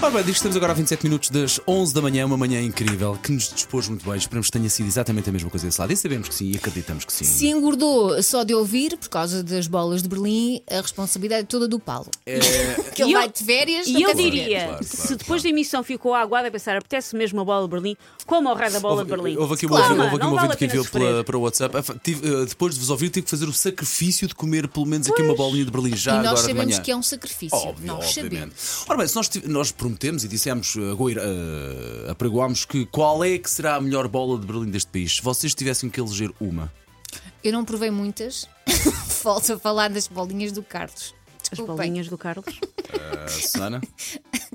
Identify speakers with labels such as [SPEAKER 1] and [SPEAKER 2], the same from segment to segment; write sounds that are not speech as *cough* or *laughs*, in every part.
[SPEAKER 1] Ora bem, diz que estamos agora a 27 minutos das 11 da manhã, uma manhã incrível, que nos dispôs muito bem. Esperamos que tenha sido exatamente a mesma coisa desse lado. E sabemos que sim, e acreditamos que sim.
[SPEAKER 2] Se engordou só de ouvir, por causa das bolas de Berlim, a responsabilidade é toda do Paulo. *laughs* Que ele
[SPEAKER 3] E eu-
[SPEAKER 2] vai de férias,
[SPEAKER 3] E
[SPEAKER 2] não
[SPEAKER 3] eu
[SPEAKER 2] quer saber.
[SPEAKER 3] diria,
[SPEAKER 1] claro,
[SPEAKER 3] se
[SPEAKER 1] claro,
[SPEAKER 3] depois da emissão ficou aguada a pensar, apetece mesmo a bola de Berlim, como ao raio da bola de Berlim.
[SPEAKER 1] Houve aqui um
[SPEAKER 3] Claro,
[SPEAKER 1] ouvinte- houve aqui
[SPEAKER 3] não
[SPEAKER 1] um
[SPEAKER 3] vale
[SPEAKER 1] ouvinte
[SPEAKER 3] a
[SPEAKER 1] que
[SPEAKER 3] pena
[SPEAKER 1] enviou
[SPEAKER 3] sofrer.
[SPEAKER 1] pela- para o WhatsApp. Ah, fa- tive, eh, depois de vos ouvir, tive que fazer o sacrifício de comer pelo menos aqui uma bolinha de Berlim já
[SPEAKER 2] E
[SPEAKER 1] agora de
[SPEAKER 2] nós sabemos
[SPEAKER 1] manhã.
[SPEAKER 2] que é um sacrifício.
[SPEAKER 1] Óbvio,
[SPEAKER 2] nós
[SPEAKER 1] obviamente.
[SPEAKER 2] sabemos.
[SPEAKER 1] Ora bem, se nós, tive- nós prometemos e dissemos, eh, agoi- eh, apregoámos que qual é que será a melhor bola de Berlim deste país? Se vocês tivessem que eleger uma.
[SPEAKER 2] Eu não provei muitas. *laughs* Falta falar das bolinhas do Carlos.
[SPEAKER 3] As
[SPEAKER 2] Desculpem.
[SPEAKER 3] bolinhas do Carlos.
[SPEAKER 1] A
[SPEAKER 2] *laughs*
[SPEAKER 1] Susana?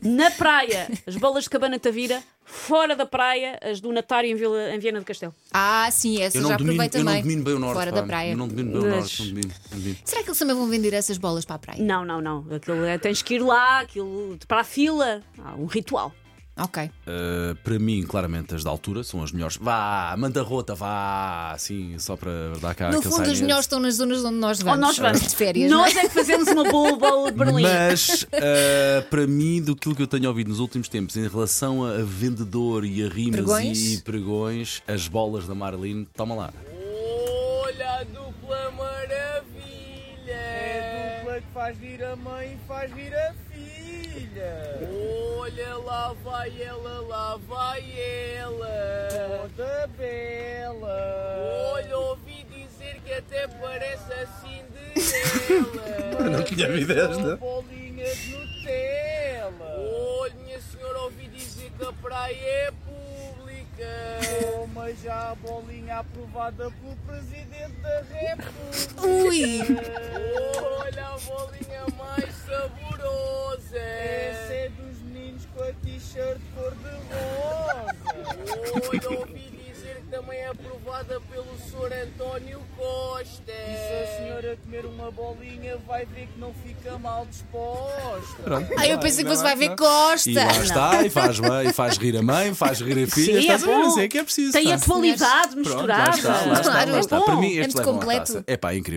[SPEAKER 3] Na praia, as bolas de Cabana Tavira. Fora da praia, as do Natário em, Vila, em Viana do Castelo.
[SPEAKER 2] Ah, sim, essa
[SPEAKER 1] Eu
[SPEAKER 2] já
[SPEAKER 1] não, domino,
[SPEAKER 2] provei
[SPEAKER 1] eu
[SPEAKER 2] também.
[SPEAKER 1] não domino bem o norte.
[SPEAKER 2] Fora
[SPEAKER 1] pá.
[SPEAKER 2] da praia.
[SPEAKER 1] Eu não domino bem o
[SPEAKER 3] Mas-
[SPEAKER 1] norte. Não domino, não domino.
[SPEAKER 2] Será que eles também vão vender essas bolas para a praia?
[SPEAKER 3] Não, não, não. Aquilo é, tens que ir lá, aquilo para a fila. Há um ritual.
[SPEAKER 2] Ok.
[SPEAKER 1] Uh, para mim, claramente, as da altura são as melhores. Vá, manda rota, vá, assim, só para dar cá
[SPEAKER 2] No
[SPEAKER 1] aquele
[SPEAKER 2] fundo, as
[SPEAKER 1] sainete.
[SPEAKER 2] melhores estão nas zonas onde nós vamos.
[SPEAKER 3] Ou nós vamos.
[SPEAKER 2] De férias. não é?
[SPEAKER 3] nós é que fazemos uma boa bola de Berlim.
[SPEAKER 1] Mas, uh, para mim, do que eu tenho ouvido nos últimos tempos, em relação a vendedor e a rimas
[SPEAKER 2] Pregões?
[SPEAKER 1] e pregões, as bolas da Marlene, toma lá.
[SPEAKER 4] Olha a dupla maravilha! É a dupla que faz vir a mãe e faz vir a filha! Olha, lá vai ela, lá vai ela! Toda bela! Olha, ouvi dizer que até parece assim a Cinderela! Eu não tinha vida esta! Bolinha de Nutella! Olha, minha senhora, ouvi dizer que a praia é pública! Toma já a bolinha aprovada pelo Presidente da
[SPEAKER 1] *laughs*
[SPEAKER 4] República!
[SPEAKER 2] Ui!
[SPEAKER 4] Olha a bolinha mais saborosa! Essa é dos meninos com a t-shirt cor-de-rosa! Olha, ouvi dizer que também é aprovada pelo Sr. António Costa! E se a senhora comer uma bolinha, vai ver que não fica mal disposta!
[SPEAKER 2] Ah, eu pensei que você vai ver
[SPEAKER 1] E lá
[SPEAKER 2] Costa.
[SPEAKER 1] está, e faz bem, e faz rir a mãe, faz rir a filha.
[SPEAKER 3] Sim, é
[SPEAKER 1] estás a ver?
[SPEAKER 3] bom.
[SPEAKER 1] É que é preciso.
[SPEAKER 3] Tem
[SPEAKER 1] pá.
[SPEAKER 3] atualidade
[SPEAKER 1] Pronto,
[SPEAKER 3] misturada.
[SPEAKER 1] lá está, lá está, lá
[SPEAKER 2] Claro, é
[SPEAKER 1] está.
[SPEAKER 2] bom.
[SPEAKER 1] Para mim,
[SPEAKER 2] É
[SPEAKER 1] este
[SPEAKER 2] muito
[SPEAKER 1] leva uma
[SPEAKER 2] completo.
[SPEAKER 1] taça. É pá, incrível.